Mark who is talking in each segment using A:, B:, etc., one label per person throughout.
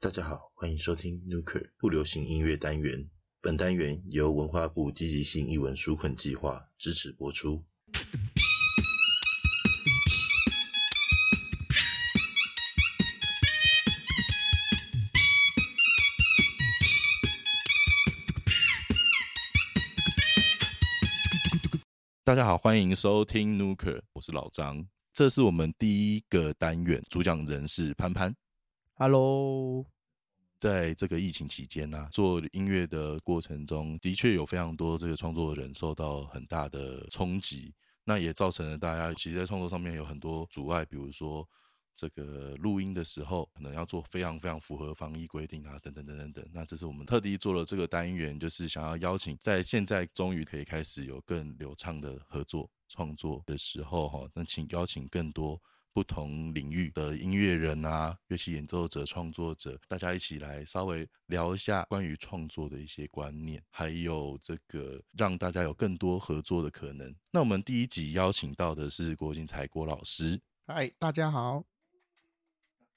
A: 大家好，欢迎收听 Nuker 不流行音乐单元。本单元由文化部积极性译文纾困计划支持播出。
B: 大家好，欢迎收听 Nuker，我是老张。这是我们第一个单元，主讲人是潘潘。
C: Hello，
B: 在这个疫情期间呢、做音乐的过程中，的确有非常多这个创作人受到很大的冲击，那也造成了大家其实，在创作上面有很多阻碍，比如说这个录音的时候，可能要做非常非常符合防疫规定啊，等等等等等。那这是我们特地做了这个单元，就是想要邀请，在现在终于可以开始有更流畅的合作创作的时候，哈，那请邀请更多不同领域的音乐人啊、乐器演奏者、创作者，大家一起来稍微聊一下关于创作的一些观念，还有这个让大家有更多合作的可能。那我们第一集邀请到的是郭金才郭老师，
D: 哎
C: 嗨，大家好。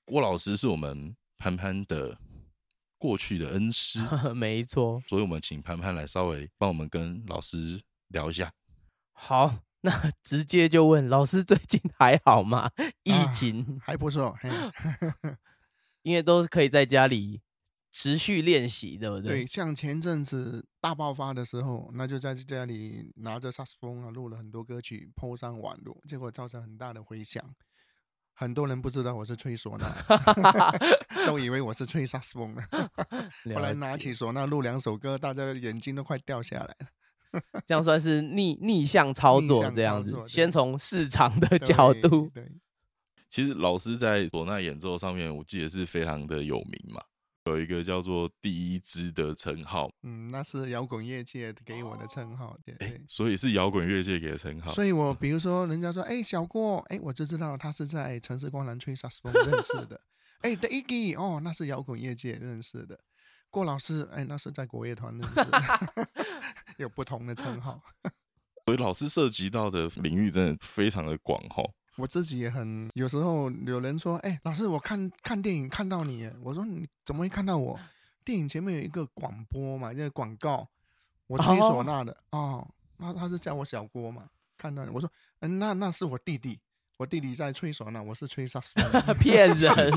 B: 郭老师是我们潘潘的过去的恩师，
C: 没错，
B: 所以我们请潘潘来稍微帮我们跟老师聊一下。
C: 好，那 直接就问老师最近还好吗？疫
D: 啊
C: 情，
D: 还不错，嘿
C: 因为都是可以在家里持续练习，对不
D: 对，
C: 对？
D: 像前阵子大爆发的时候，那就在家里拿着萨克斯风啊，录了很多歌曲，抛上网络，结果造成很大的回响。很多人不知道我是吹唢呐，都以为我是吹萨克斯风的。
C: 对
D: 后来拿起唢呐录两首歌，大家眼睛都快掉下来了。
C: 这样算是逆逆向操
D: 逆
C: 作，
D: 向
C: 这样
D: 操
C: 子
D: 作，对
C: 先从市场的角
D: 对
C: 度，
D: 对，
B: 其实老师在唢呐演奏上面，我记得是非常的有名嘛，有一个叫做“第一支”的称号，
D: 嗯，那是摇滚业界给我的称号。对
B: 哎、
D: 对。
B: 所以是摇滚乐界给的称号。
D: 所以我比如说，人家说，哎、小郭，哎、我就知道他是在城市光南吹萨克斯风认识的。 哎、d i g g y 哦，那是摇滚业界认识的。郭老师，哎、那是在国乐团认识的， 有不同的称号。
B: 所以老师涉及到的领域真的非常的广吼。
D: 我自己也很，有时候有人说，哎、老师，我看看电影看到你耶，我说你怎么会看到我？电影前面有一个广播嘛，就是广告，我吹唢呐的哦，那他是叫我小郭嘛，看到你，我说，嗯，那那是我弟弟，我弟弟在吹唢呐，我是吹萨克斯风的，
C: 骗人。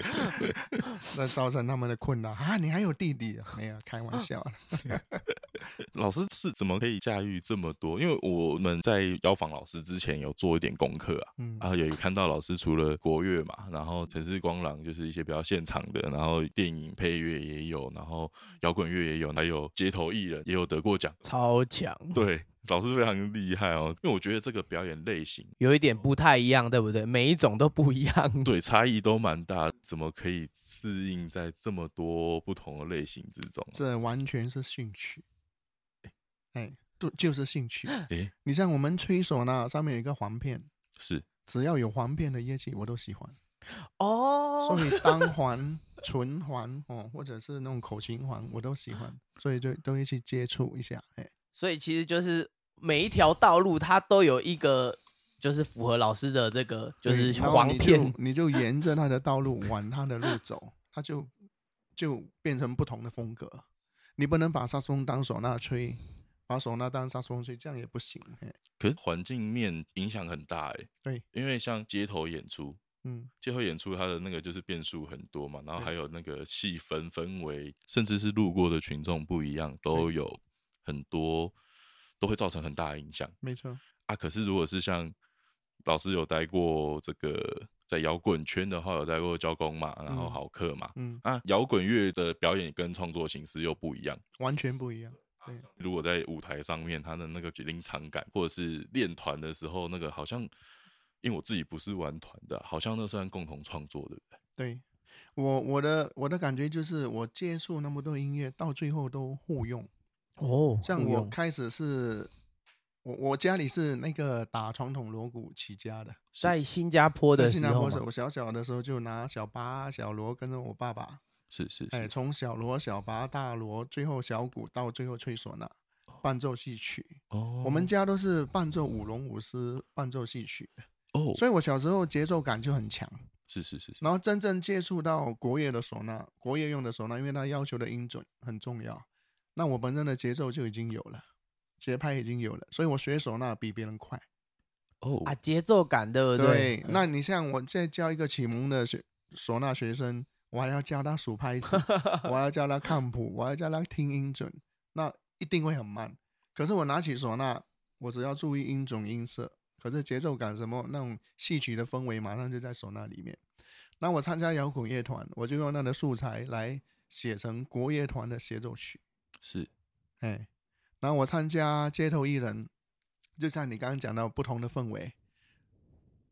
D: 那造成他们的困扰啊，你还有弟弟啊？没有，开玩笑的，
B: 老师是怎么可以驾驭这么多？因为我们在邀访老师之前有做一点功课啊，
D: 嗯，
B: 然后也看到老师除了国乐嘛，然后城市光廊就是一些比较现场的，然后电影配乐也有，然后摇滚乐也有，还有街头艺人也有得过奖。
C: 超强，
B: 对，老师非常厉害哦，因为我觉得这个表演类型
C: 有一点不太一样，对不对？每一种都不一 样。
B: 对差异都蛮大，怎么可以适应在这么多不同的类型之中啊？
D: 这完全是兴趣，哎，就就是兴趣。
B: 诶，
D: 你像我们吹唢呐，上面有一个簧片，
B: 是
D: 只要有簧片的乐器，我都喜欢。
C: 哦
D: 所，以单环、 纯环哦，或者是那种口琴环，我都喜欢，所以就都会去接触一下。哎，
C: 所以其实就是每一条道路它都有一个，就是符合老师的这个就
D: 对
C: 是
D: 然后
C: 黄
D: 你
C: 片
D: 就，你就沿着他的道路往他的路走，他就就变成不同的风格。你不能把萨克斯风当唢呐吹，把唢呐当萨克斯风吹，这样也不行。哎，
B: 可是环境面影响很大哎、
D: 对，
B: 因为像街头演出，
D: 嗯，
B: 街头演出它的那个就是变数很多嘛，然后
D: 对
B: 还有那个气氛氛围，甚至是路过的群众不一样，都有很多都会造成很大的影响
D: 没错。
B: 啊。可是如果是像老师有待过这个在摇滚圈的话，有待过交工嘛，然后
D: 嗯
B: 好客嘛，
D: 嗯，
B: 啊，摇滚乐的表演跟创作形式又不一样。
D: 完全不一样。对，
B: 如果在舞台上面，他的那个临场感，或者是练团的时候，那个好像，因为我自己不是玩团的，啊好像那算共同创作，对不对？
D: 对我我的我的感觉就是，我接触那么多音乐，到最后都互用。
C: 哦
D: 像
C: 互
D: 我
C: 用
D: 开始是，我我家里是那个打传统锣鼓起家的，
C: 在新加坡
D: 在
C: 的
D: 新
C: 时
D: 加
C: 候
D: 坡时候，
C: 嘛，
D: 我小小的时候就拿小八、小锣跟着我爸爸，
B: 是是
D: 哎，从小锣、小八、大锣，最后小鼓，到最后吹唢呐，
C: 哦
D: 伴奏戏曲。
B: 哦
D: 我们家都是伴奏舞龙舞狮，伴奏戏曲的，
B: 哦，
D: 所以我小时候节奏感就很强。
B: 是是是是，
D: 然后真正接触到国乐的唢呐，国乐用的唢呐，因为它要求的音准很重要。那我本身的节奏就已经有了，节拍已经有了，所以我学唢呐比别人快。
B: 哦
C: 啊，节奏感对不
D: 对，
C: 嗯
D: 那你像我再教一个启蒙的学唢呐学生，我还要教他数拍子，我还要教他看谱，我还要教他听音准，那一定会很慢。可是我拿起唢呐，我只要注意音准、音色，可是节奏感什么那种戏曲的氛围，马上就在唢呐里面。那我参加摇滚乐团，我就用那个素材来写成国乐团的协奏曲。
B: 是
D: 哎，然后我参加街头艺人，就像你刚刚讲到不同的氛围。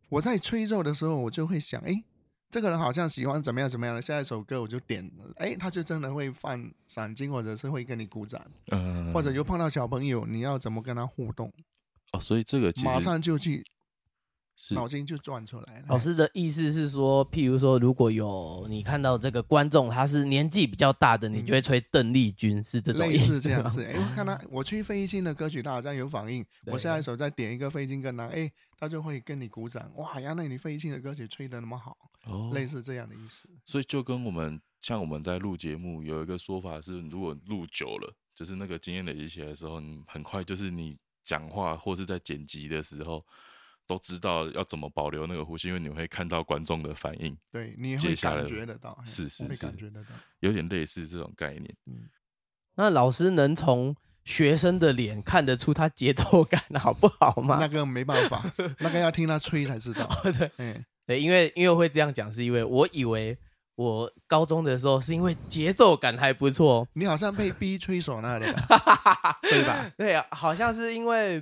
D: 我在吹奏的时候，我就会想，哎，这个人好像喜欢怎么样怎么样的，下一首歌我就点，哎，他就真的会放闪金，或者是会跟你鼓掌，
B: 嗯，
D: 或者又碰到小朋友，你要怎么跟他互动，
B: 哦，所以这个其实
D: 马上就去
B: 是
D: 脑筋就转出来了。
C: 老师的意思是说，譬如说，如果有你看到这个观众他是年纪比较大的，你就会吹邓丽君，是这种
D: 嗯类
C: 意思
D: 似这样
C: 吗
D: 子，哎，我看他，我去费金的歌曲，他好像有反应，我
C: 对
D: 下一首再点一个费金跟他，哎，他就会跟你鼓掌，哇，原来你费金的歌曲吹的那么好。
B: 哦，
D: 类似这样的意思。
B: 所以就跟我们像我们在录节目有一个说法是，如果录久了，就是那个经验累积起来的时候，你很快就是你讲话或是在剪辑的时候，都知道要怎么保留那个呼吸，因为你会看到观众的反应，
D: 对，你
B: 接
D: 会
B: 下来
D: 感
B: 了
D: 觉得到，嘿
B: 是是
D: 会
B: 是
D: 感觉得到。
B: 有点类似这种概念。
C: 那老师能从学生的脸看得出他节奏感 好不好吗？
D: 那个没办法，那个要听他吹才知道。
C: 对
D: 哎，
C: 对，因为因为会这样讲，是因为我以为我高中的时候是因为节奏感还不错，哦
D: 你好像被逼吹唢呐的吧，
C: 哈哈哈哈
D: 对吧？
C: 对，啊好像是因为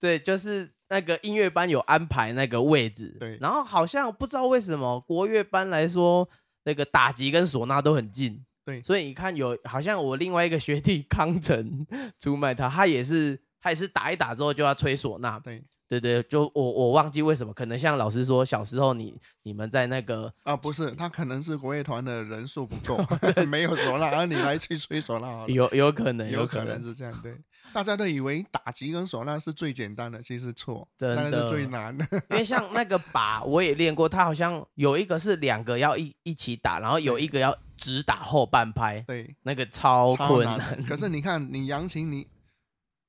C: 对，就是那个音乐班有安排那个位置，
D: 对
C: 然后好像不知道为什么国乐班来说，那个打击跟唢呐都很近，
D: 对
C: 所以你看有好像我另外一个学弟康城出卖他，他也是他也是打一打之后就要吹唢呐，
D: 对
C: 对对，就我我忘记为什么，可能像老师说小时候你你们在那个
D: 啊，不是，他可能是国乐团的人数不够， 没有唢呐，啊而你来去吹唢呐好了。
C: 有有可能
D: 有
C: 可
D: 能是这样，对，大家都以为打击跟唢呐是最简单的，其实错，
C: 真
D: 那个
C: 的
D: 是最难的。
C: 因为像那个把我也练过，它好像有一个是两个要一一起打，然后有一个要只打后半拍，
D: 对，
C: 那个超
D: 超
C: 困
D: 难
C: 难。
D: 的。可是你看，你扬琴，你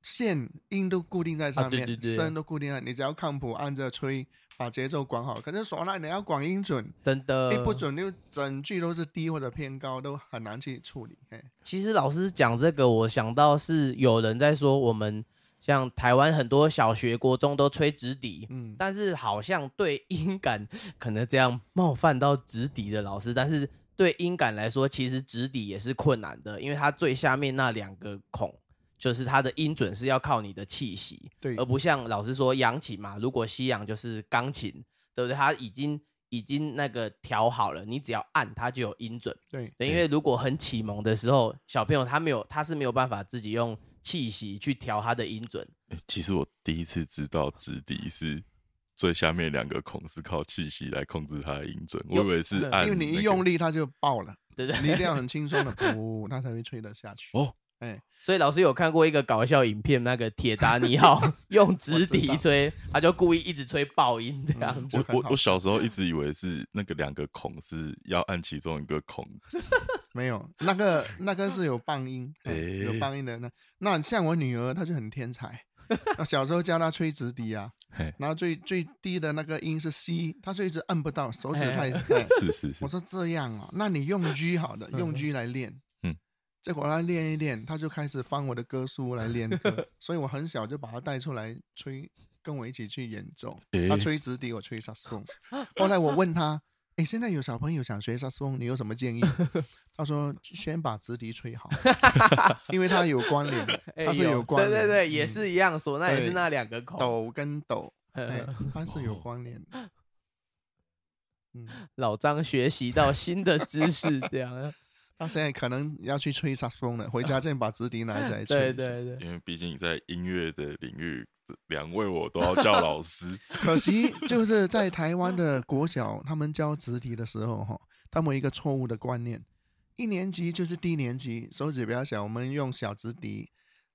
D: 线音都固定在上面，
C: 啊对对对
D: 声都固定在，你只要看谱按着吹，把节奏管好。可是唢呐你要管音准，
C: 真的
D: 一不。准就整句都是低或者偏高，都很难去处理。嘿，
C: 其实老师讲这个，我想到是有人在说，我们像台湾很多小学、国中都吹直笛，
D: 嗯，
C: 但是好像对音感可能这样冒犯到直笛的老师，但是对音感来说，其实直笛也是困难的，因为它最下面那两个孔，就是它的音准是要靠你的气息，
D: 对
C: 而不像老师说扬琴嘛，如果西洋就是钢琴，对不对？它已经已经那个调好了，你只要按它就有音准。
D: 对
C: 对，因为如果很启蒙的时候，小朋友他没有，他是没有办法自己用气息去调他的音准。
B: 诶其实我第一次知道直笛是。最下面两个孔是靠气息来控制它的音准，我以
C: 有
B: 为是
C: 对
B: 按、那
D: 因为你一
B: 个
D: 用力它就爆了，
C: 对不对
D: 你一定要很轻松的噗，它才会吹得下去。
B: 哦，
C: 所以老师有看过一个搞笑影片，那个铁达尼 号用直笛吹，他就故意一直吹爆音这样。
D: 嗯就
B: 我
D: 很
B: 我
D: 好
B: 我小时候一直以为是那个两个孔是要按其中一个孔，
D: 没有，那个那个是有棒音，嘿有
B: 诶
D: 棒音的那那像我女儿，她就很天才。 那小时候教她吹直笛啊，
B: 嘿，
D: 然后最最低的那个音是 C，她就一直按不到，手指
C: 哎
D: 太太。
B: 是是是
D: 我，说这样哦，那你用 G 好的，用 G 来练。
B: 嗯，
D: 结果她练一练，她就开始翻我的歌书来练 歌，所以我很小就把她带出来吹，跟我一起去演奏。她
B: 诶
D: 吹直笛，我吹萨克斯风。后来我问 她，哎，现在有小朋友想学萨克斯风，你有什 么建议？她说先把直笛吹好，因为它有关联的，
C: 哎
D: 它是
C: 有
D: 有关
C: 对
D: 联
C: 对
D: 的，
C: 对，也
D: 嗯
C: 是一样，唢呐也
D: 对
C: 是那两个孔。
D: 抖跟抖， 哎它是有
B: 哦
D: 关联 的。嗯，
C: 老张学习到新的知识，这 样。
D: 他现在可能要去吹萨克斯风了，回家再把直笛拿起来
C: 对。
D: 吹。
C: 对对，
B: 因为毕竟在音乐的领域，两位我都要叫老师，
D: 可惜就是在台湾的国小，他们教直笛的时候，哈，他们有一个错误的观念，一年级就是低年级，手指比较小，我们用小直笛。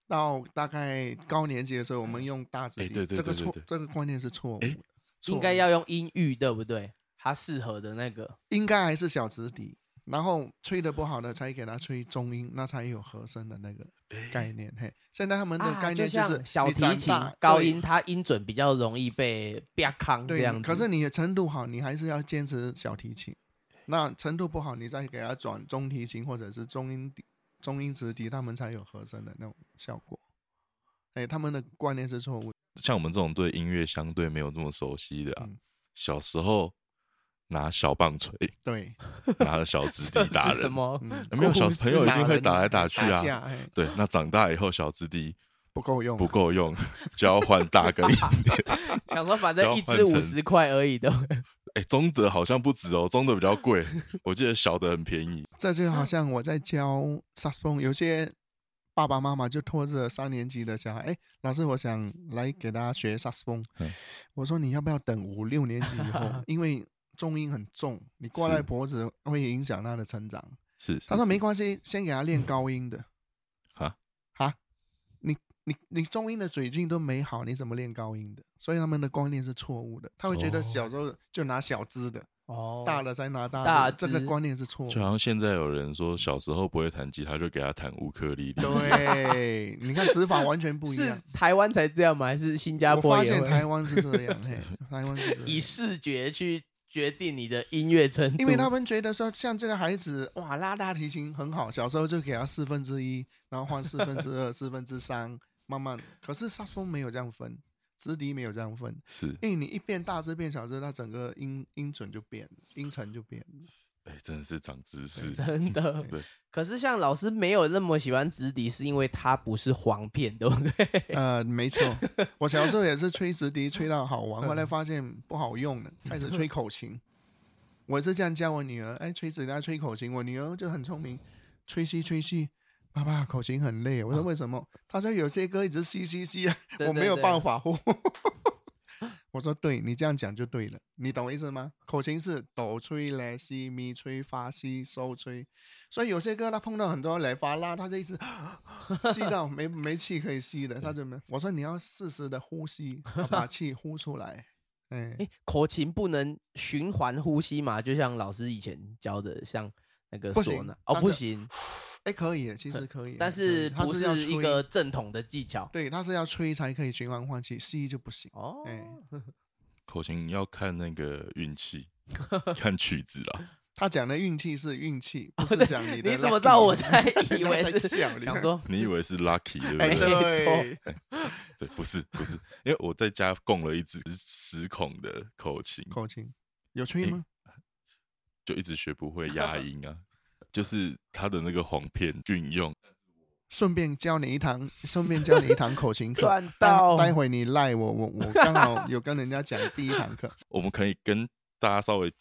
D: 到大概高年级的时候，我们用大直
B: 嗯
D: 笛，
B: 哎对对
D: 这个
B: 对对
D: 错
B: 对
D: 这个观念是错误的
B: 哎，
D: 错误
C: 应该要用音域，对不对？他适合的那个
D: 应该还是小直笛，然后吹的不好的才给他吹中音，那才有和声的那个概念。嘿，现在他们的
C: 啊
D: 概念
C: 就是像小
D: 你长
C: 提琴
D: 大
C: 高
D: 对
C: 音，它音准比较容易被啪康这样
D: 对，
C: 子。
D: 可是你的程度好，你还是要坚持小提琴。那程度不好，你再给他转中提琴或者是中音笛、中音直笛，他们才有和声的那种效果。哎，他们的观念是错误的。
B: 像我们这种对音乐相对没有这么熟悉的、啊，
D: 嗯
B: 小时候拿小棒 槌，
D: 对，
B: 拿了小指
C: 这
B: 笛打
C: 是什
B: 人，
C: 么？
D: 嗯，
B: 没有小
C: 故事
B: 朋友一定会打来打
D: 打
B: 去
D: 人打架
B: 啊。
D: 哎
B: 对，那长大以后小指笛
D: 不够用，啊
B: 不够用，就要换大根一点。
C: 想说反正一
B: 交
C: 支
B: 换成
C: 五十块而已 的，
B: 哎，中德好像不止哦，中德比较贵，我记得小的很便宜。
D: 这就好像我在教萨克斯风，有些爸爸妈妈就拖着三年级的小孩，哎，老师，我想来给大家学萨克斯风
B: 嗯。
D: 我说你要不要等五六年级 以后，因为重音很重，你挂在
B: 是
D: 脖子会影响他的成长。
B: 是，
D: 他说没
B: 关
D: 关系，先给他练高音 的。
B: 啊
D: 啊，你你你中音的嘴劲都没好，你怎么练高音的？所以他们的观念是错误的，他会觉得
B: 哦
D: 小时候就拿小支的，
C: 哦
D: 大了才拿大
C: 大
D: 支，这个
C: 支
D: 观念是错误的。
B: 就好像现在有人说小时候不会弹吉他，就给他弹乌克 丽丽。
D: 对，你看指法完全不一
C: 是
D: 样。
C: 台湾才这样吗？还是新加
D: 我
C: 坡
D: 发
C: 也
D: 现
C: 会
D: 台湾是这 样，嘿，台湾是这
C: 以
D: 样。
C: 视觉去决定你的音乐程度？
D: 因为他们觉得说，像这个孩子，哇，拉大提琴很好，小时候就给他四分之一，然后换四分之 二、四分之三，慢慢。可是萨克斯风没有这样分，直笛没有这样分，
B: 是，
D: 因为你一变大只变小只，它整个音音准就变了，音程就变了。
B: 哎，真的是长知识。
C: 真的
B: 对。
C: 可是像老师没有那么喜欢直笛，是因为它不是簧片，对不对？
D: 呃，没错，我小时候也是吹直笛，吹到好玩，后来发现不好用了，开始吹口琴。我是这样教我女儿，哎，吹直笛，吹口琴。我女儿就很聪明，吹吸吹吸。爸爸，口琴很累。我说为什么？她说有些歌一直吸吸吸啊，
C: 对
D: 我没 有
C: 对对
D: 办法呼。我说对你这样讲就对了，你懂我意思吗？口琴是哆吹来西咪吹发西收吹，所以有些歌他碰到很多来发拉，他就一直 吸到没没气可以吸的，他就没。我说你要适时的呼吸，把气呼出来。哎，
C: 诶口琴不能循环呼吸嘛？就像老师以前教的，像那个
D: 不
C: 唢
D: 行
C: 呐哦，
D: 它是
C: 不行，
D: 哎，可以，其实可以，
C: 呃但
D: 是
C: 是不
D: 是要
C: 是一
D: 吹
C: 个正统的技巧
D: 对，他是要吹才可以循环换气，吸就不行。
C: 哦。
D: 哎
B: 口琴要看那个运气，看曲子啦。
D: 他讲的运气是运气，不是讲你的。
C: 哦你怎么知道我在以
D: 他
C: 为
D: 在
C: 是
D: 笑你
C: 想
D: 看
C: 说
B: 你以为是 lucky 对不
D: 哎，
B: 对？
D: 对，
B: 对，不是不是，因为我在家供了一只十孔的口琴，
D: 口琴有吹吗？
B: 就一直学不会压音啊，就是它的那个簧片运用，
D: 顺便教你一堂， 顺便教你一堂 口琴课。
C: 赚
D: 待
C: 到
D: 待会你赖我，我我刚好有跟人家讲第一堂课，
B: 我们可以跟大家稍微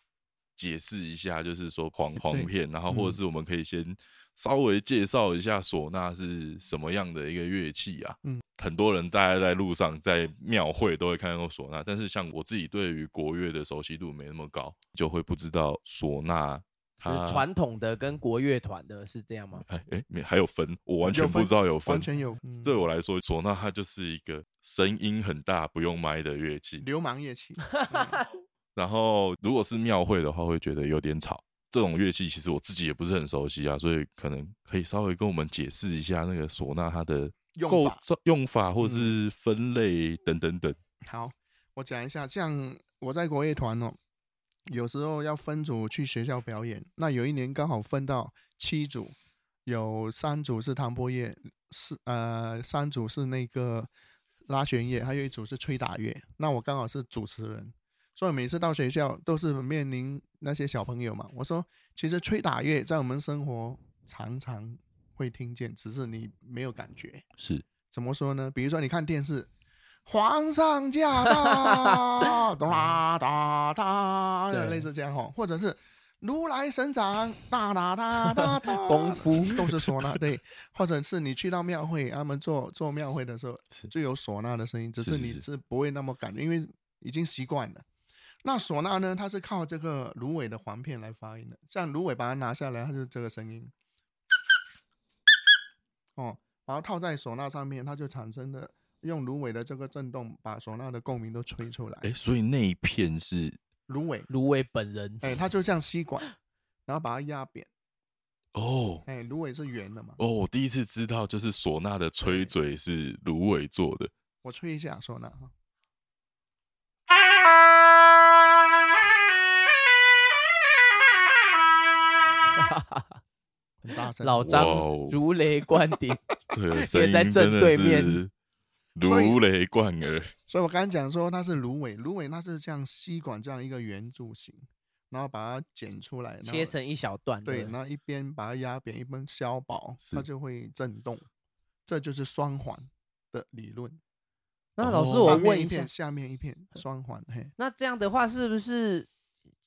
B: 解释一下，就是说簧簧片，然后
D: 嗯
B: 或者是我们可以先稍微介绍一下唢呐是什么样的一个乐器啊。
D: 嗯，
B: 很多人大家在路上在庙会都会看到唢呐，但是像我自己对于国乐的熟悉度没那么高，就会不知道唢呐
C: 就
B: 它
C: 是传统的跟国乐团的是这样吗？
B: 哎哎没还有分，我完全
D: 有
B: 不
D: 分
B: 知道有
D: 完
B: 分。
D: 全有、嗯、
B: 对我来说，唢呐它就是一个声音很大、不用麦的乐器。
D: 流氓乐器。嗯
B: 然后如果是庙会的话，会觉得有点吵。这种乐器其实我自己也不是很熟悉啊，所以可能可以稍微跟我们解释一下那个唢呐它的
D: 用
B: 构
D: 法嗯
B: 造、用法或是分类等等等。
D: 好，我讲一下，像我在国乐团哦，有时候要分组去学校表演，那有一年刚好分到七组，有三组是弹拨乐，是呃三组是那个拉弦乐，还有一组是吹打乐。那我刚好是主持人，所以每次到学校都是面临那些小朋友嘛。我说，其实吹打乐在我们生活常常会听见，只是你没有感觉。
B: 是
D: 怎么说呢？比如说你看电视，皇上驾到，咚啦哒哒，
C: 对
D: 类似这样吼，或者是如来神掌，哒哒哒哒哒，
C: 功夫
D: 都是唢呐，对，或者是你去到庙会，他们做做庙会的时候
B: 是，
D: 就有唢呐的声音，只
B: 是
D: 是
B: 是
D: 你
B: 是
D: 是不会那么感觉，因为已经习惯了。那唢呐呢？它是靠这个芦苇的簧片来发音的，像芦苇把它拿下来，它就是这个声音。哦，然后套在唢呐上面，它就产生的用芦苇的这个震动，把唢呐的共鸣都吹出来。
B: 哎，所以那一片是
D: 芦苇，
C: 芦苇本人，
D: 哎、它就像吸管，然后把它压扁，
B: 哦
D: 哎、芦苇是圆的嘛，
B: 哦，我第一次知道，就是唢呐的吹嘴是芦苇做 的。
D: 我吹一下唢呐哈。很大声，
C: 老
B: 哇
C: 张
B: 哦
C: 如雷贯顶，
D: 哦
B: 这个声
C: 也在
B: 音
C: 正
B: 真的
C: 对面
B: 是
D: 所以
B: 如雷贯耳。
D: 所以我刚刚讲说它是芦苇，芦苇它是像吸管这样一个圆柱形，然后把它剪出来，然后
C: 切成一小段。
D: 对，
C: 不
D: 然后一边把它压扁，一边削薄，它
B: 是
D: 就会震动。这就是双环的理论。
C: 那老师，
B: 哦
C: 我
D: 上面
C: 问
D: 一
C: 一下
D: 片，，下面一片，双环。嘿，
C: 那这样的话是不是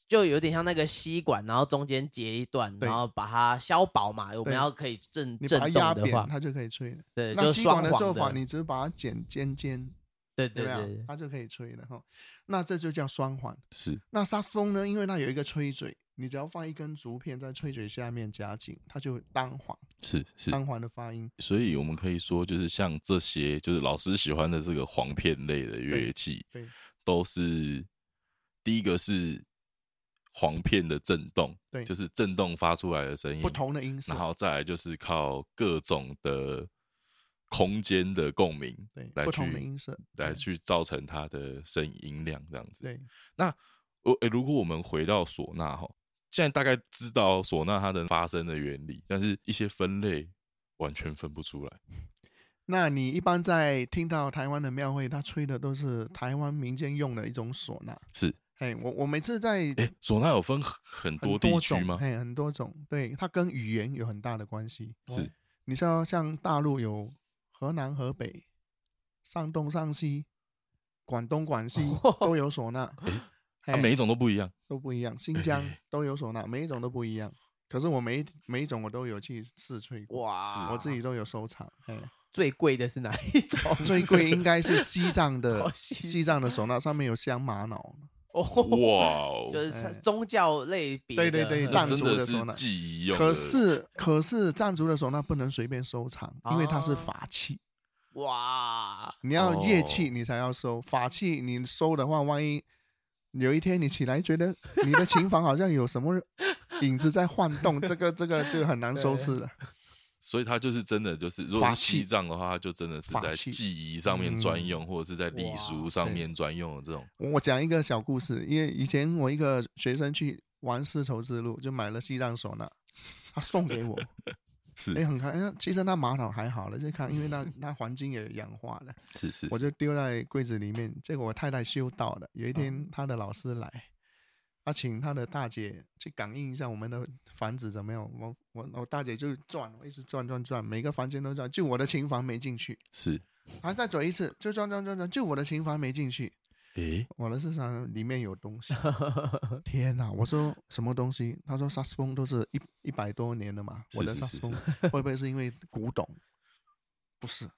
C: 就有点像那个吸管，然后中间截一段，
D: 对
C: 然后把它削薄嘛？我们
D: 对
C: 要可以震
D: 你
C: 震
D: 把它压
C: 动的
D: 扁，
C: 话，
D: 它就可以吹了。
C: 对，
D: 那
C: 就
D: 吸
C: 双
D: 管
C: 簧
D: 的做法，
C: 的
D: 你只是把它剪尖尖，
C: 对
D: 对
C: 对
D: 不
C: 对
D: 对
C: 对？
D: 它就可以吹了哈。那这就叫双环。
B: 是
D: 那萨克斯风呢？因为它有一个吹嘴，你只要放一根竹片在吹嘴下面夹紧，它就单簧，
B: 是是，
D: 单簧的发音。
B: 所以我们可以说，就是像这些，就是老师喜欢的这个簧片类的乐器，
D: 对，
B: 都是第一个是簧片的震动，
D: 对
B: 就是震动发出来的声音
D: 不，同的音色
B: 然。后再来就是靠各种的空间的共鸣
D: 对，
B: 来
D: 不同的
B: 去
D: 音色
B: 来
D: 对
B: 去造成它的声音量这样子。
D: 对，
B: 那我、诶如果我们回到唢呐哈，现在大概知道唢呐它的发声的原理，但是一些分类完全分不出来。
D: 那你一般在听到台湾的庙会，他吹的都是台湾民间用的一种唢呐。
B: 是，
D: 哎，我我每次在
B: 哎、唢呐有分很很
D: 很
B: 多地区
D: 种，
B: 吗？
D: 哎，很多种，对，它跟语言有很大的关系。
B: 是
D: 你知道，像大陆有河南、河北、上东、上西、广东、广西
B: 哦
D: 都有唢呐，
B: 它、
D: 哎
B: 啊每一种都不一 样。
D: 都不一样。新疆
B: 哎
D: 都有唢呐，每一种都不一样。可是我每一每一种我都有去试吹过，
C: 哇，
D: 我自己都有收藏。哎，
C: 最贵的是哪一种？
D: 最贵应该是西藏的
C: 好细
D: 西藏的唢呐，上面有香玛瑙。
C: 哦，
B: 哇哦，
C: 就
D: 哎
C: 是宗教类别
D: 对
C: 的，
D: 对对
C: 嗯
D: 藏
B: 真
D: 族的
B: 的
D: 唢
B: 是
D: 呐
B: 记忆用的。
D: 可是可是藏族的唢呐不能随便收藏，因为它是
C: 哦
D: 法器，
C: 哇，
D: 你要乐器
B: 哦
D: 你才要收，法器你收的话，万一有一天你起来觉得你的琴房好像有什么影子在晃动，这个这个就很难收拾了。
B: 所以它就是真的就是，如果
D: 法
B: 是
D: 器
B: 西藏的话，它就真的是
D: 法
B: 在
D: 器嗯
B: 记忆上面专用，或者是在礼
C: 哇
B: 俗上
D: 对
B: 面专用的这种。
D: 我我讲一个小故事，因为以前我一个学生去玩丝绸之路，就买了西藏唢呐，他送给我，
B: 是、
D: 哎，很看，哎其实那玛瑙还好了，就看，因为那那黄金也氧化了。
B: 是是，
D: 我就丢在柜子里面。结果我太太修到的，有一
B: 嗯
D: 天她的老师来，她请她的大姐去感应一下我们的房子怎么样。我我我大姐就转，我一直转转转，每个房间都转，就我的琴房没进去，
B: 是
D: 还再转一次，就转转转转，就我的琴房没进去。
B: 诶、
D: 我的市场里面有 东西，天哪！我说什么东西？他说萨斯风都是一一百多年了嘛，我
B: 是
D: 的
B: 是
D: 萨斯
B: 是
D: 风会不会是因为古董？不是，我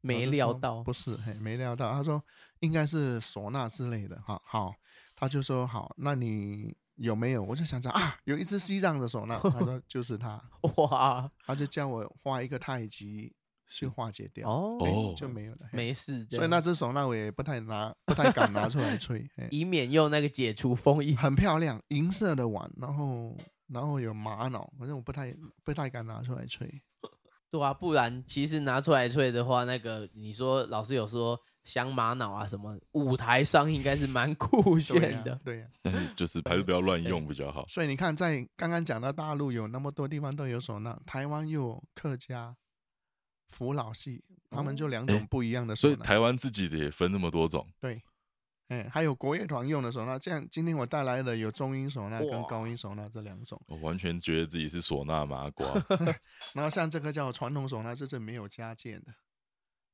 C: 没
D: 就
C: 料
D: 说
C: 到
D: 不是，嘿，没料到。他说应该是唢呐之类的，哈，好，他就说好，那你有没有？我就想着啊，有一只西藏的唢呐，他 说就是他，
C: 哇
D: 他就叫我画一个太极去化解掉，
C: 哦，
D: 嘿
B: 哦
D: 就没有了，嘿
C: 没事这
D: 所
C: 样，
D: 以那只唢呐我也不太拿，不太敢拿出来吹，嘿
C: 以免用那个解除封印。
D: 很漂亮，银色的碗，然后然后有玛瑙，反正我不太不太敢拿出来吹，
C: 对啊，不然其实拿出来吹的话，那个你说老师有说香玛瑙啊什么，舞台上应该是蛮酷
D: 对啊呀、
C: 炫的。
D: 对呀、
B: 但是就是还是不要乱用比较好。
D: 所以你看，在刚刚讲到大陆有那么多地方都有唢呐，台湾又有客家、福老戏，他们就两种
B: 哦诶
D: 不一样的
B: 所以
D: 唢呐。
B: 台湾自己的也分那么多种，
D: 哎，还有国乐团用的唢呐，这样今天我带来的有中音唢呐跟
C: 哇
D: 高音唢呐这两种。
B: 我完全觉得自己是唢呐麻 瓜。
D: 然后像这个叫传统唢呐，就是没有加键的，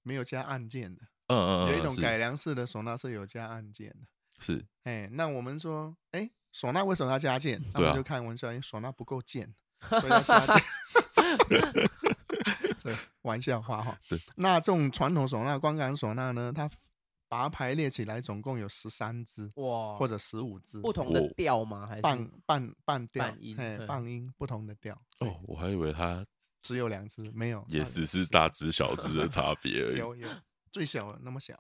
D: 没有加按键的。
B: 嗯嗯嗯，
D: 有一种
B: 是
D: 改良式的唢呐是有加按键的。
B: 是
D: 哎，那我们说，哎，唢呐为什么要加键？他
B: 对
D: 们
B: 啊
D: 就开玩笑，因为唢呐不够键，所以要加键。 这玩笑话哈。
B: 对。
D: 那这种传统唢呐、光感唢呐呢，它把它排列起来，总共有十三支
C: 哇，
D: 或者十五支，
C: 不同的
B: 哦
C: 调吗？还是
D: 半半半调，
C: 半音
D: 哎，
C: 嗯
D: 半音不同的调，
B: 哦，我还以为
D: 啊
B: 它
D: 只有两支，没有，
B: 也
D: 它
B: 只是
D: 13
B: 大只小只的差别而已。
D: 有有，最小的那么小，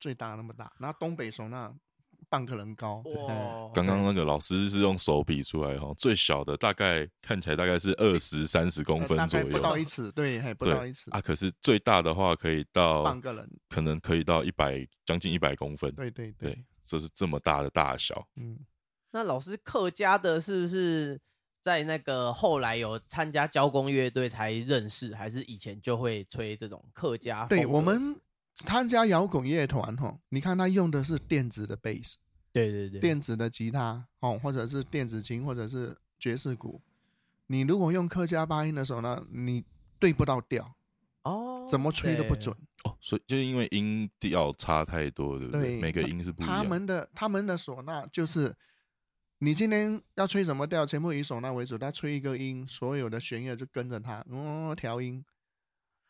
D: 最大那么大。然后东北唢呐半个人高。嗯
C: 哇，
B: 刚刚那个老师是用手比出来哈，最小的大概看起来大概是二十三十公分
D: 呃大
B: 左
D: 概
B: 右，
D: 不到一尺，对，嘿，不
B: 对
D: 到一尺，
B: 啊。哦可是最大的话可以到
D: 半个人，
B: 可能可以到一百，将近一百公分。
D: 对对
B: 对，这是这么大的大小。
D: 嗯，
C: 那老师客家的是不是在那个后来有参加交工乐队才认识，还是以前就会吹这种客家
B: 啊
C: 风格？
D: 对我们参加摇滚乐团哈，你看他用的是电子的贝斯，
C: 对对对，
D: 电子的吉他哦，或者是电子琴，或者是爵士鼓。你如果用客家八音的时候呢，你对不到调，
C: 哦，
D: 怎么吹都不准。
B: 哦，所以就是因为音调差太多，对不对？
D: 对
B: 每个音是不一
D: 他
B: 样。
D: 们的他们的唢呐就是，你今天要吹什么调，全部以唢呐为主，他吹一个音，所有的弦乐就跟着他，嗯，调音。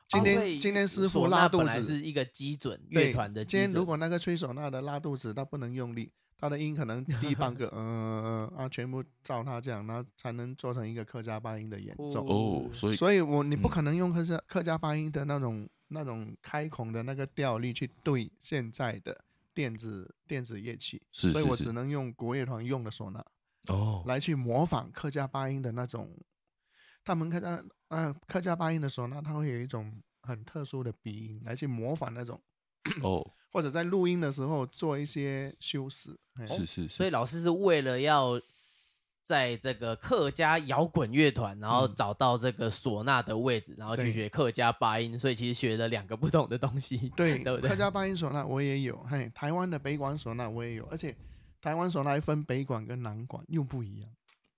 D: 今
C: 哦
D: 天、
C: 所以
D: 今天师傅
C: 唢呐
D: 拉肚
C: 本来
D: 子，
C: 是一个基准
D: 对
C: 乐团的基
D: 今天
C: 准。
D: 如果那个吹唢呐的拉肚子，他不能用力，他的音可能 低半个，嗯嗯嗯啊，全部照他这样，然后才能做成一个客家八音的演奏。
B: 哦，所以
D: 所以我你不
B: 嗯
D: 可能用客家客家八音的那种那种开孔的那个调律去对现在的电子电子乐器，
B: 是
D: 所以
B: 是
D: 我只
B: 是
D: 能用国乐团用的唢呐
B: 哦，
D: 来去模仿客家八音的那种，他们客家嗯、客家八音的唢呐，它会有一种很特殊的鼻音来去模仿那种。
B: 哦，
D: 或者在录音的时候做一些修饰。嘿
B: 是是是
C: 所以，老师是为了要在这个客家摇滚乐团，然后
D: 嗯
C: 找到这个唢呐的位置，然后去
D: 对
C: 学客家八音，所以其实学了两个不同的东西，
D: 对，
C: 对不对
D: 客？家八音唢呐我也有，嘿，台湾的北管唢呐我也有，而且台湾唢呐还分北管跟南管又不一样。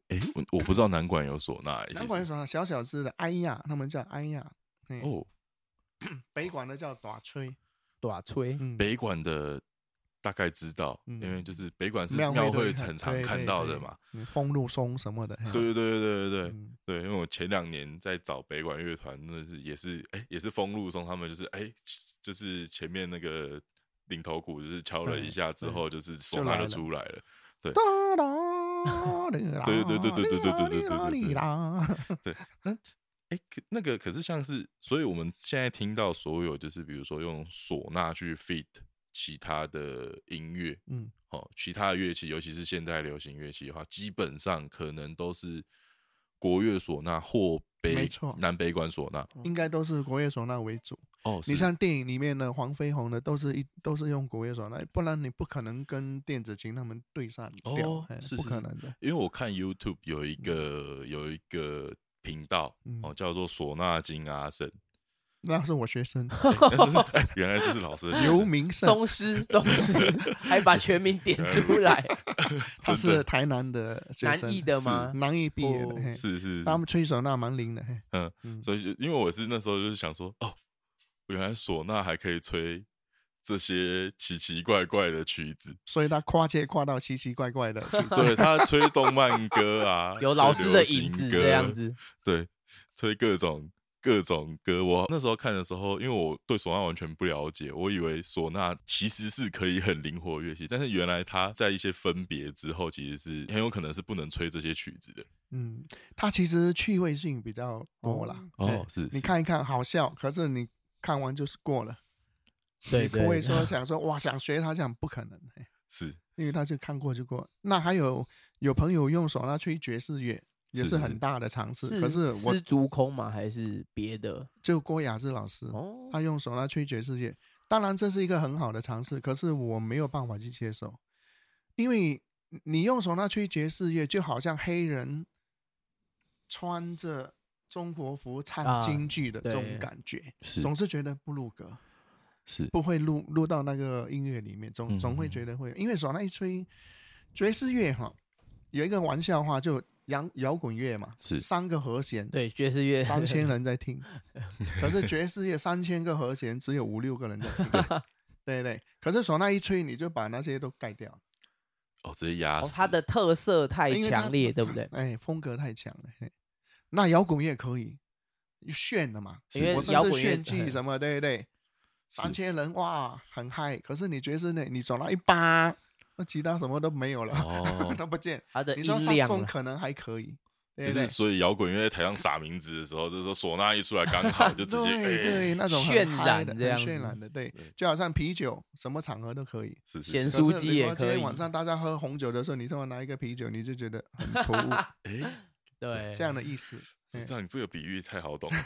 B: 哎，我我不知道南管有唢呐，诶
D: 南管唢呐小小只的哎呀，他们叫哎呀，
B: 其
D: 嘿，
B: 实哦，
D: 北管的叫短吹，
C: 短吹，
D: 嗯，
B: 北管的大概知道，
D: 嗯
B: 因为就是北管是
D: 庙
B: 庙
D: 会
B: 会
D: 都看
B: 很常
D: 对
B: 看
D: 对
B: 到
D: 对
B: 的嘛。
D: 嗯风路松什么的， 嘿
B: 对对对对对对
D: 嗯
B: 对，因为我前两年在找北管乐团，那是也是哎、也是风路松他们就是哎、就是前面那个领头鼓就是敲了一
D: 对
B: 下之
D: 对
B: 后，就是手
D: 就
B: 拿
D: 来
B: 就
D: 了
B: 出来了。
D: 哒啦哩啦
B: 对对对对对对对对对对对
D: 哩啦哩啦
B: 哎、可那个可是像是，所以我们现在听到所有就是比如说用唢呐去 fit 其他的音乐，
D: 嗯，
B: 哦，其他的乐器，尤其是现代流行乐器的话，基本上可能都是国乐唢呐或
D: 没
B: 北
D: 错
B: 南北管唢呐。
D: 应该都是国乐唢呐为主。
B: 哦，
D: 你
B: 是
D: 像电影里面的黄飞鸿的，都是一都是用国乐手来，不然你不可能跟电子琴他们对上调，
B: 哦
D: 哎
B: 是
D: 不
B: 是
D: 可
B: 是
D: 能的。
B: 因为我看 YouTube 有一个有一个频道
D: 嗯
B: 哦，叫做唢呐金阿 胜，
D: 那是我学 生
B: 但是哎原来这是老师的学
D: 刘
B: 生
D: 明胜，
C: 宗师，宗 师，还把全名点出来，
D: 他
B: 真的
D: 是台南的学
C: 南
D: 生，
C: 艺的吗？
D: 南艺毕业的
C: 哦，
D: 嘿
B: 是是，是
D: 他们吹唢呐蛮灵的，嘿
B: 嗯
D: 嗯，
B: 所以就因为我是那时候就是想说哦，原来唢呐还可以吹这些奇奇怪怪的曲子，
D: 所以他跨界跨到奇奇怪怪的去做。
B: 对他吹动漫歌啊，吹
C: 有老师
B: 流
C: 的
B: 行
C: 影子
B: 歌
C: 这样子，
B: 对，吹各种各种歌。我那时候看的时候，因为我对唢呐完全不了解，我以为唢呐其实是可以很灵活的乐器，但是原来它在一些分别之后，其实是很有可能是不能吹这些曲子的。
D: 嗯，他其实趣味性比较多啦。
B: 哦
D: 嘿
B: 是
D: 你
B: 是
D: 看一看好笑，可是你看完就是过了，
C: 对
D: 你不会
C: 对，
D: 说想说哇想学他这样，不可能。嘿
B: 是
D: 因为他就看过就过。那还有有朋友用唢呐吹爵士乐，也
B: 是
D: 是
B: 是
D: 很
B: 是
D: 大的尝试。可是我
C: 丝竹空吗？还是别的？
D: 就郭雅芝老师，
C: 哦，
D: 他用唢呐吹爵士乐，当然这是一个很好的尝试，可是我没有办法去接受，因为你用唢呐吹爵士乐，就好像黑人穿着中国服
C: 啊
D: 唱京剧的这
C: 对
D: 种感觉，
B: 是
D: 总是觉得不入格。
B: 是
D: 不会录录到那个音乐里面，总总会觉得会，因为唢呐一吹爵士乐哈，有一个玩笑话，就摇摇滚乐嘛，
B: 是
D: 三个和弦，
C: 对，爵士乐
D: 三千人在听，可是爵士乐三千个和弦只有五六个人在 听，对对对，可是唢呐一吹，你就把那些都盖掉，
B: 哦，直接压
C: 哦
B: 死。
C: 它的特色太
D: 哎因为它
C: 强烈，对不对？
D: 哎，风格太强了，嘿那摇滚乐可以炫的嘛，
C: 因为
D: 我
C: 摇
D: 甚
C: 滚
D: 至
C: 乐
D: 炫技什么，对不对？三千人哇，很嗨。可是你爵士呢？你走了一巴，那其他什么都没有了，
B: 哦
D: 都不见。
C: 它的
D: 你说
C: 音
D: 萨克斯
C: 量
D: 风
C: 啊，
D: 可能还可以， 对
B: 就
D: 不对
B: 是所以摇滚乐在台上撒名字的时候，就是说唢呐一出来刚好就直接
D: 对
B: 哎
D: 对，那种很
C: 渲
D: 嗨的
C: 染这样
D: 很
C: 子
D: 渲染的，对
B: 对，
D: 就好像啤酒，什么场合都可以。
B: 是是
C: 咸
B: 是
C: 酥
D: 可是
C: 鸡
D: 你
C: 也
D: 说
C: 可
D: 今
C: 以
D: 天晚上大家喝红酒的时候，你突然拿一个啤酒，你就觉得很 突兀，
B: 哎，
C: 对，
D: 这样的 意思。
B: 这
D: 嗯
B: 样你这个比喻太好懂了，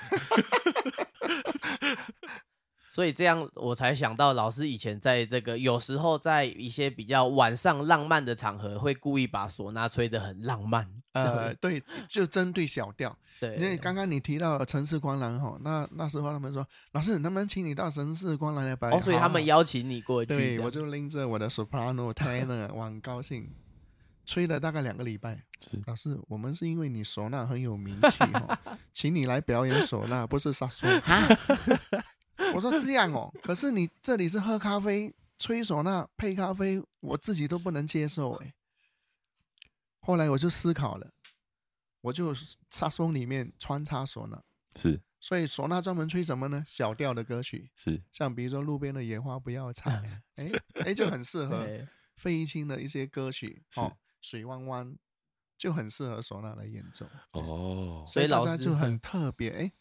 C: 所以这样我才想到，老师以前在这个有时候在一些比较晚上浪漫的场合，会故意把唢呐吹得很浪漫。
D: 呃，对，就针对小调。
C: 对，
D: 因为刚刚你提到城市光廊哈，那那时候他们说，老师能不能请你到城市光廊来表演？
C: 哦，所以
D: 好啊
C: 他们
D: 好
C: 邀请你过去这样，
D: 对，我就拎着我的 soprano tenor，我很高兴，吹了大概两个礼拜
B: 是。
D: 老师，我们是因为你唢呐很有名气哦，请你来表演唢呐，不是萨苏。 我说这样哦，可是你这里是喝咖啡、吹唢呐配咖啡，我自己都不能接受哎。后来我就思考了，我就萨松里面穿插唢呐，
B: 是
D: 所以唢呐专门吹什么呢？小调的歌曲。
B: 是
D: 像比如说路边的野花不要采，哎
B: 嗯
D: 哎就 很适合
C: 对
D: 费玉清的一些歌曲
B: 是
D: 哦，水汪汪就很适合唢呐来演奏，
B: 哦，
C: 所以
D: 大
C: 老
D: 家
C: 师
D: 就很特别，哎，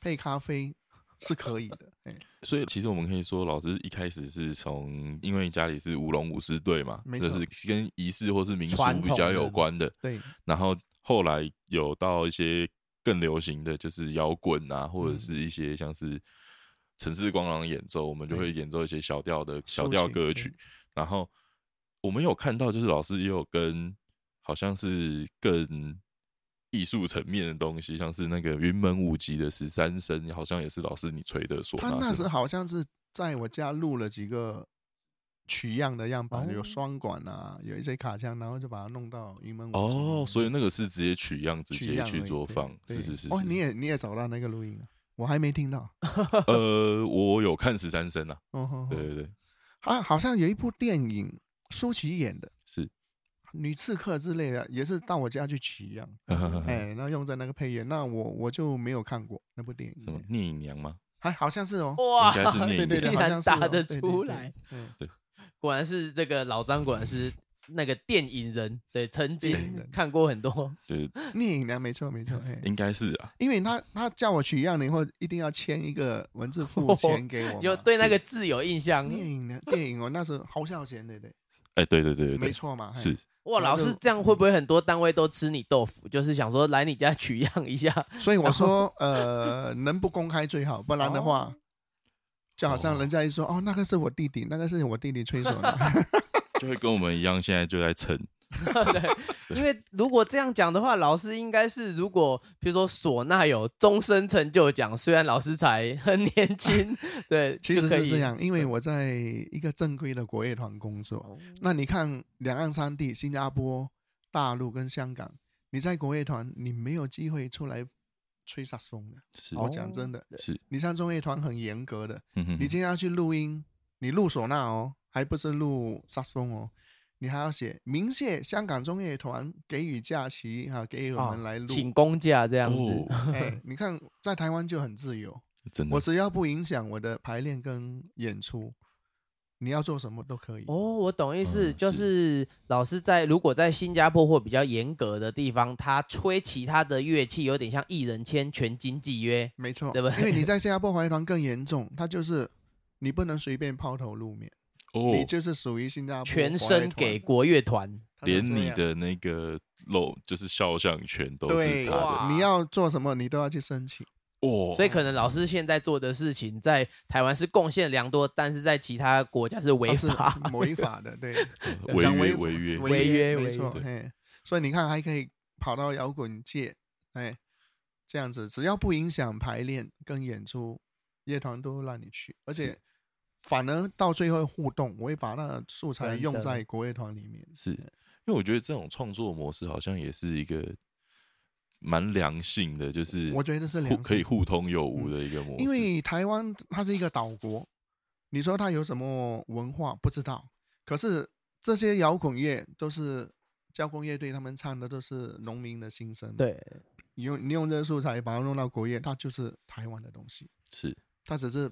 D: 配咖啡是可以的，哎，
B: 所以其实我们可以说，老师一开始是从因为家里是舞龙舞狮队嘛，
D: 没
B: 就
D: 错
B: 是跟仪式或是民俗
C: 传
B: 比
C: 统
B: 较
C: 的
B: 有关的，
D: 对，
B: 然后后来有到一些更流行的，就是摇滚啊，或者
D: 嗯
B: 是一些像是城市光廊演奏，我们就
D: 对
B: 会演奏一些小调的小
D: 抒
B: 调
D: 情
B: 歌
D: 对
B: 曲。然后我们有看到，就是老师也有跟好像是更艺术层面的东西，像是那个云门舞集的十三声，好像也是老师你吹的唢
D: 他
B: 呐
D: 那
B: 是
D: 时
B: 吗，
D: 好像是在我家录了几个取样的样板，
B: 哦
D: 有双管啊，有一些卡腔，然后就把它弄到云门舞集里
B: 哦，
D: 面
B: 所以那个是直接取样，直
D: 嗯取
B: 接
D: 样
B: 去
D: 而已
B: 做
D: 对
B: 放，是
D: 对
B: 是是
D: 哦，
B: 是
D: 你也你也找到那个录音了，我还没听到，
B: 呃，我有看十三声啊，
D: 哦吼吼
B: 对对对，
D: 啊，好像有一部电影，舒淇演的
B: 是，
D: 《女刺客》之类的，也是到我家去取样，
B: 嗯
D: 哎，那用在那个配乐，那我我就没有看过那部电
B: 什么
D: 影，
B: 聂隐娘吗？
D: 还好像是哦，
C: 哇，
B: 应该 是念
D: 对
B: 经
D: 对对，
C: 竟
D: 好
C: 然
D: 像是
C: 答
D: 哦
C: 得
D: 对对
C: 出
D: 对
C: 来，
D: 嗯，
C: 果然是这个老张，果然是那个电影人，对，曾
D: 电影
C: 经
D: 人哦
C: 看过很多，
B: 就是
D: 聂隐娘没错没错，哎，
B: 应该是啊，
D: 因为他他叫我取样了以后，一定要签一个 文字付钱给我
C: 哦
D: 嘛，
C: 有对那
B: 是
C: 个字有印象。
D: 聂隐娘电影哦，那是侯孝贤对对，
B: 哎，对对对对
D: 没
B: 对，
D: 错嘛，嘿哎
B: 是，
C: 哇，
D: 然
C: 老
D: 后
C: 师
D: 就
C: 这样会不会很多单位都吃你豆腐？就是想说来你家取样一下，
D: 所以我说，呃，能不公开最好，不然的话，
C: 哦
D: 就好像人家一说，哦，那个是我弟弟，那个是我弟弟吹手 的，
B: 就会跟我们一样，现在就在 蹭，
C: 因为如果这样讲的话，老师应该是如果比如说唢呐有终身成就奖，虽然老师才 很年轻，对，
D: 其实
C: 就可
D: 是
C: 以
D: 这。样，因为我在一个正规的国乐团工作。
C: 哦
D: 那你看，两岸三地，新加坡、大陆跟香港，你在国乐团，你没有机会出来吹萨克斯风的。
B: 是
D: 我
C: 哦
D: 讲真的，
B: 是，
D: 你像中乐团很严格的，
B: 嗯哼
D: 你今天要去录音，你录唢呐哦，还不是录萨克斯风哦，你还要写鸣谢香港中乐团给予假期哈、给予我们来录。
C: 请公假这样子，
B: 哦，
D: 哎，你看在台湾就很自由，
B: 真的
D: 我，只要不影响我的排练跟演出，你要做什么都可以。
C: 哦，我懂意思，
B: 嗯
C: 就是是老师在如果在新加坡或比较严格的地方，他吹其他的乐器有点像艺人签全经纪约，
D: 没错，
C: 对不对
D: 因为你在新加坡华乐团更严重，它就是你不能随便抛头露面，
B: 哦，
D: 你就是属于新加坡
C: 全
D: 啊华乐
C: 身
D: 团哦
C: 给国乐团，
D: 它是
B: 连
D: 这
B: 你
D: 样
B: 的那个露就是肖像权都是
D: 对
B: 他的，
C: 哇
D: 你要做什么你都要去申请。
B: 哦，
C: 所以可能老师现在做的事情在台湾是贡献良多，但是在其他国家是违
D: 啊它是
C: 法。
D: 违法的，对，
B: 违
D: 讲
B: 约
D: 违
B: 违约，
C: 违约
D: 没
C: 违约
D: 错，
B: 对
D: 嘿，所以你看还可以跑到摇滚界，哎，这样子只要不影响排练跟演出，乐团都让你去，而且
B: 是
D: 反而到最后互动，我会把那素材
C: 真
D: 用
C: 的
D: 在国乐团里面，
B: 是因为我觉得这种创作模式好像也是一个蛮良性的，就是
D: 我觉得是
B: 互
D: 良
B: 可以
D: 性
B: 互通有无的一个模式，
D: 嗯因为台湾它是一个岛国，你说它有什么文化不知道，可是这些摇滚乐都是交工乐队他们唱的都是农民的心声嘛，
C: 对，
D: 你用你用这个素材把它弄到国乐，它就是台湾的东西，
B: 是
D: 它只是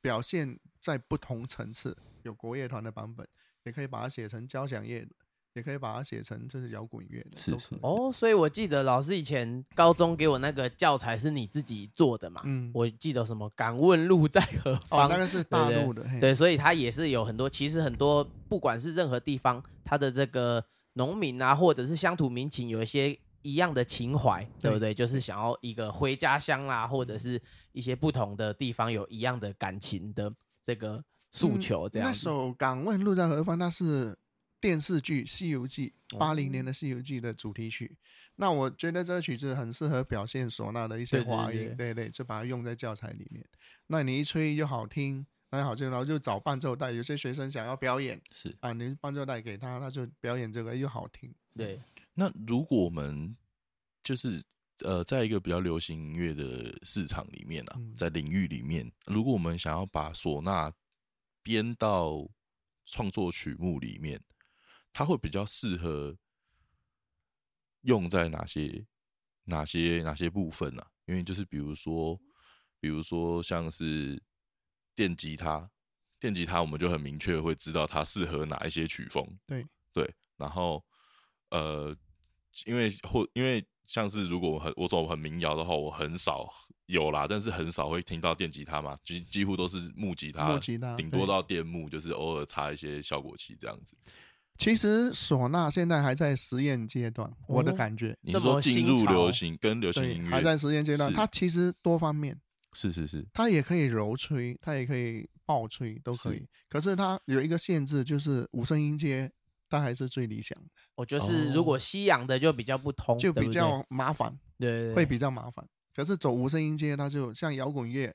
D: 表现在不同层次，有国乐团的版本，也可以把它写成交响乐也可以把它写成这是摇滚乐的，
E: 是
D: 都
E: 是
D: 可以，
C: 哦，所以我记得老师以前高中给我那个教材是你自己做的嘛？
D: 嗯，
C: 我记得什么“敢问路在何
D: 哦
C: 方”，
D: 那个是大陆的，嘿，
C: 对，所以它也是有很多，其实很多不管是任何地方，它的这个农民啊，或者是乡土民情，有一些一样的情怀，对不对？就是想要一个回家乡啦、或者是一些不同的地方有一样的感情的这个诉
D: 嗯
C: 求，这样
D: 那
C: 子。
D: 首《敢问路在何方》，那是电视剧《西游记》
C: 哦
D: 八零年的《西游记》的主题曲。那我觉得这个曲子很适合表现唢呐的一些
C: 对对
D: 滑
C: 对
D: 音，对对，就把它用在教材里面。那你一吹又好听，那好听，然后就找伴奏带。有些学生想要表演
E: 是
D: 啊，你伴奏带给他，他就表演这个又好听。
C: 对，
B: 那如果我们就是呃，在一个比较流行音乐的市场里面啊
D: 嗯，
B: 在领域里面，如果我们想要把唢呐编到创作曲目里面，它会比较适合用在哪些哪些哪些部分呢、啊？因为就是比如说，比如说像是电吉他，电吉他我们就很明确会知道它适合哪一些曲风。
D: 对
B: 对，然后呃，因为或因为像是如果我很我走很民谣的话，我很少有啦，但是很少会听到电吉他嘛，几几乎都是木吉他，
D: 木吉他
B: 顶多
D: 对
B: 到电木，就是偶尔插一些效果器这样子。
D: 其实唢呐现在还在实验阶段，我的
C: 哦
D: 感觉。
B: 你
C: 这
B: 是说
C: 么
B: 进
C: 新
B: 入
C: 潮
B: 流行跟流行
D: 对
B: 音，
D: 还在
B: 乐？
D: 实验阶段，
B: 是
D: 它其实多方面，
B: 是是 是，
D: 它也可以柔吹，它也可以爆吹，都可
B: 是
D: 以。可是它有一个限制，就是五声音阶，它还是最理想的，
C: 我就是如果西洋的就比较不通，
D: 哦就
C: 对
D: 比
C: 不对
D: 较麻烦，
C: 对对对
D: 会比较麻烦。可是走无声音阶，它就像摇滚乐，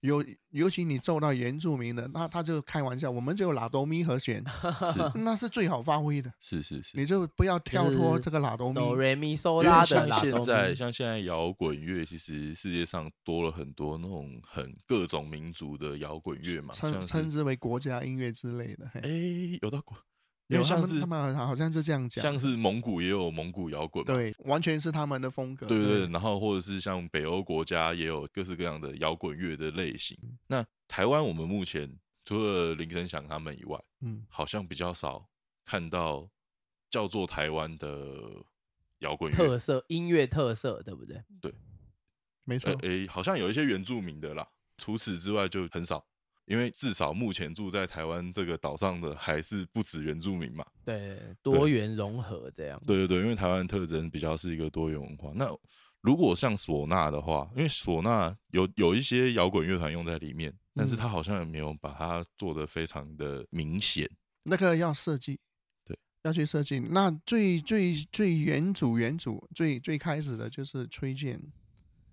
D: 尤尤其你奏到原住民的，那他就开玩笑，我们就有拉哆咪和弦， 那是最好发挥的，
E: 是是是，
D: 你就不要跳脱这个拉哆咪。
C: 哆瑞咪嗦
B: 因
C: 拉
B: 为
C: 的
B: 像
C: 啦，
B: 现
C: 哆
B: 在，
C: 咪
B: 像现在摇滚乐，其实世界上多了很多那种很各种民族的摇滚乐嘛，
D: 称
B: 像
D: 称
B: 是
D: 之为国家音乐之类的，嘿
B: 哎、有到过，因
D: 因为
B: 为
D: 他
B: 像
D: 们
B: 是
D: 他们好像是这样讲的，
B: 像是蒙古也有蒙古摇滚嘛，
D: 对，完全是他们的风格。
B: 对对对，然后或者是像北欧国家也有各式各样的摇滚乐的类型。那台湾我们目前除了林声祥他们以外，
D: 嗯，
B: 好像比较少看到叫做台湾的摇滚乐
C: 特。色音乐特色，对不对？
D: 没
B: 呃
D: 错，
B: 诶，好像有一些原住民的啦，除此之外就很少，因为至少目前住在台湾这个岛上的还是不止原住民嘛。
C: 对对，对多元融合这样。
B: 对对对，因为台湾特征比较是一个多元文化。那如果像唢呐的话，因为唢呐有有一些摇滚乐团用在里面，但
C: 嗯
B: 是它好像也没有把它做得非常的明显。
D: 那个要设计，
B: 对，
D: 要去设计。那最最最原主原主最最开始的就是崔健，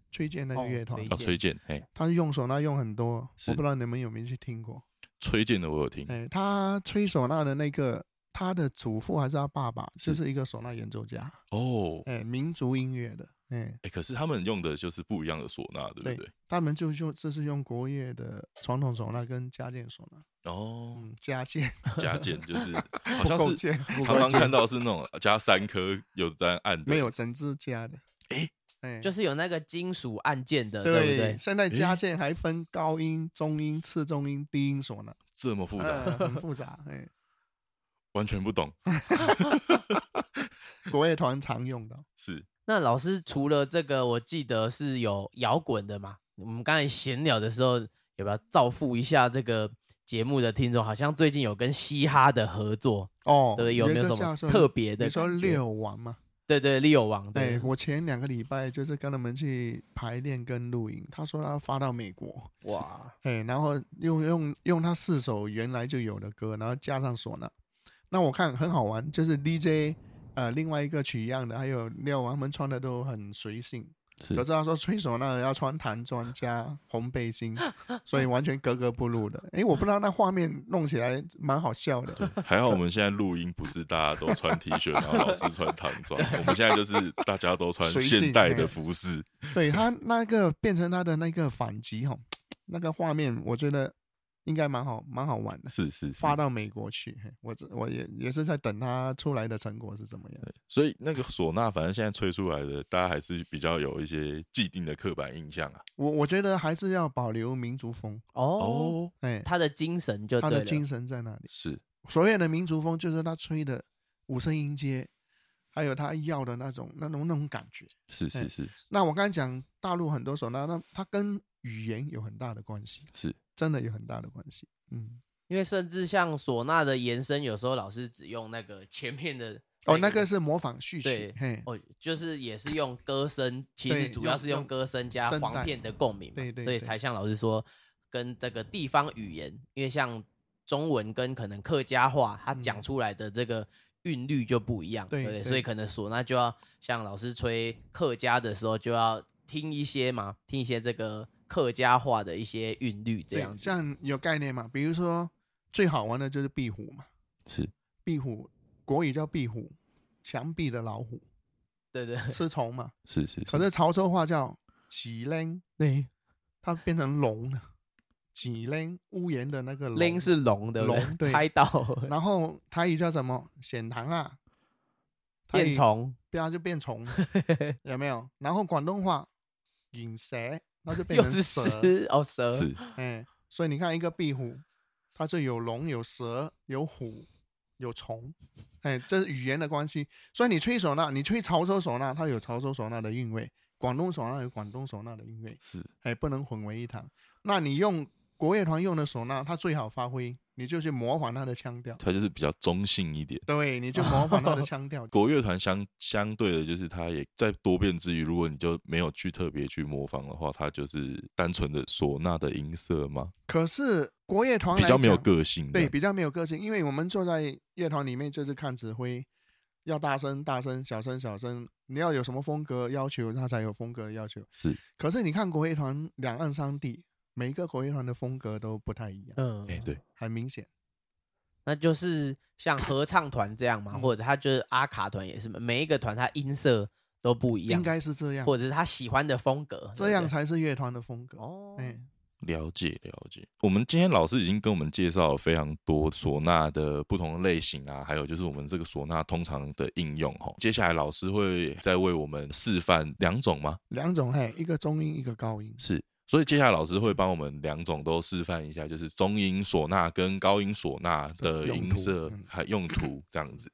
D: 崔健那个
C: 哦
D: 乐团
C: 崔
B: 啊，
C: 健，
B: 崔健，嘿，
D: 他用唢呐用很多，
B: 是嗯
D: 我不知道你们有没有去听过。
B: 崔健的我有听，
D: 哎，他吹唢呐的那个，他的祖父还是他爸爸，
B: 是
D: 就是一个唢呐演奏家，
B: 哦，
D: 哎，民族音乐的，哎，
B: 哎，可是他们用的就是不一样的唢呐，对
D: 对
B: 不对？
D: 他们就用这是用国乐的传统唢呐跟加键唢呐，
B: 哦，
D: 嗯，加键
B: 加键 就是好
D: 不
B: 像
D: 够
B: 是
D: 键，不
B: 常
D: 够
B: 常
D: 键
B: 看到是那种加三颗有在按的，
D: 没有整支加的，哎，哎，
C: 就是有那个金属按键的，对不
D: 对，
C: 对？
D: 现在
B: 诶
D: 加键还分高音、中音、次中音、低音唢呐，
B: 这么复杂，
D: 呃很复杂。哎，
B: 完全不懂。
D: 国乐团常用的，
B: 是
C: 那老师除了这个，我记得是有摇滚的嘛？我们刚才闲聊的时候，有没有造福一下这个节目的听众？好像最近有跟嘻哈的合作，
D: 哦
C: 对，不对？有没有
D: 一个
C: 什
D: 叫
C: 么特？别的
D: 哦你
C: 感觉？
D: 说六王嘛？
C: 对对，六王
D: 哎
C: 对，，
D: 我前两个礼拜就是跟他们去排练跟录音，他说他发到美国，
C: 哇，
D: 哎，然后用用用他四首原来就有的歌，然后加上唢呐，那我看很好玩，就是 DJ 呃另外一个取样的，还有六王他们穿的都很随性，
E: 是
D: 可是他说吹唢呐要穿唐装加 红背心，所以完全格格不入的。诶，我不知道那画面弄起来蛮好笑的。
B: 还好我们现在录音不是大家都穿 T 恤，然后老师穿唐装，我们现在就是大家都穿
D: 随性
B: 现代
D: 对
B: 的服饰。
D: 对他那个变成他的那个反击吼，那个画面我觉得应该蛮好，蛮好玩的。
B: 是是是
D: 发，到美国去， 嘿我这我也也是在等他出来的成果是怎么样。
B: 所以那个唢呐，反正现在吹出来的，大家还是比较有一些既定的刻板印象啊。
D: 我我觉得还是要保留民族风，
C: 哦，
B: 哦，
D: 哎，
C: 他的精神就
D: 他
C: 对
D: 的
C: 了，
D: 精神在那里。
B: 是
D: 所谓的民族风就是他吹的五声音阶，还有他要的那种那种那种感觉。
B: 是
D: 哎
B: 是是
D: 那我刚才讲大陆很多唢呐，那它跟语言有很大的关系，
B: 是，
D: 真的有很大的关系。嗯，
C: 因为甚至像唢呐的延伸，有时候老师只用那个前面的
D: 哦，那个是模仿序曲
C: 哎对，
D: 嘿，
C: 哦，就是也是用歌声，其
D: 对
C: 实主要
D: 用
C: 是用
D: 用
C: 歌声加
D: 声
C: 簧
D: 带
C: 片的共鸣嘛，
D: 对对
C: 所以
D: 对
C: 才像老师说跟这个地方语言，因为像中文跟可能客家话，它讲
D: 嗯
C: 出来的这个韵律就不一样，
D: 对
C: 不对？
D: 对
C: 所以可能唢呐就要像老师吹客家的时候，就要听一些嘛，听一些这个客家话的一些韵律这
D: 对
C: 样，子。
D: 这样有概念嘛？比如说最好玩的就是壁虎嘛，
B: 是
D: 壁虎国语叫壁虎，墙壁的老虎，
C: 对对，
D: 吃虫 嘛。
B: 是是，
D: 可是潮州话叫脊铃，
C: 对，
D: 它变成龙了，脊铃屋檐的那个龙
C: 拎是龙的，
D: 龙对
C: 猜到
D: 然后台语叫什么？显堂啊，台
C: 变
D: 语，
C: 虫，
D: 对啊，就变虫了，有没有？然后广东话引蛇，那就变
C: 又
D: 成
C: 是
D: 蛇，
C: 狮哦蛇，
B: 是
D: 哎，所以你看一个壁虎，它是有龙、有蛇、有虎、有虫，哎，这是语言的关系。所以你吹唢呐，你吹潮州唢呐，它有潮州唢呐的韵味；广东唢呐有广东唢呐的韵味，
B: 是
D: 哎，不能混为一谈。那你用国乐团用的唢呐，它最好发挥，你就去模仿它的腔调。
B: 它就是比较中性一点。
D: 对，你就模仿他的 腔调。
B: 国乐团相相对的，就是它也在多变之余，如果你就没有去特别去模仿的话，它就是单纯的唢呐的音色嘛，
D: 可是国乐团
B: 比
D: 来
B: 较没有
D: 讲，
B: 个性。
D: 对，，比较没有个性，因为我们坐在乐团里面就是看指挥，要大声大声，小声小声，你要有什么风格要求，他才有风格要求。
B: 是，
D: 可是你看国乐团两岸三地，每一个国乐团的风格都不太一样，
C: 嗯，
B: 哎，对，
D: 很明显。
C: 那就是 像合唱团这样嘛，
D: 嗯
C: 或者他就是阿卡团也是嘛，每一个团他音色都不一样，
D: 应该是这样，
C: 或者是他喜欢的风格，
D: 这样
C: 对
D: 才是乐团的风格。
C: 哦
D: 哎，
B: 了解了解。我们今天老师已经跟我们介绍了非常多唢呐的不同的类型啊，还有就是我们这个唢呐通常的应用哈。接下来老师会再为我们示范两种吗？
D: 两种嘿，一个中音，一个高音。
B: 是，所以接下来老师会帮我们两种都示范一下，就是中音唢呐跟高音唢呐的
D: 用
B: 音
D: 途
B: 色
D: 嗯
B: 还用途这样子。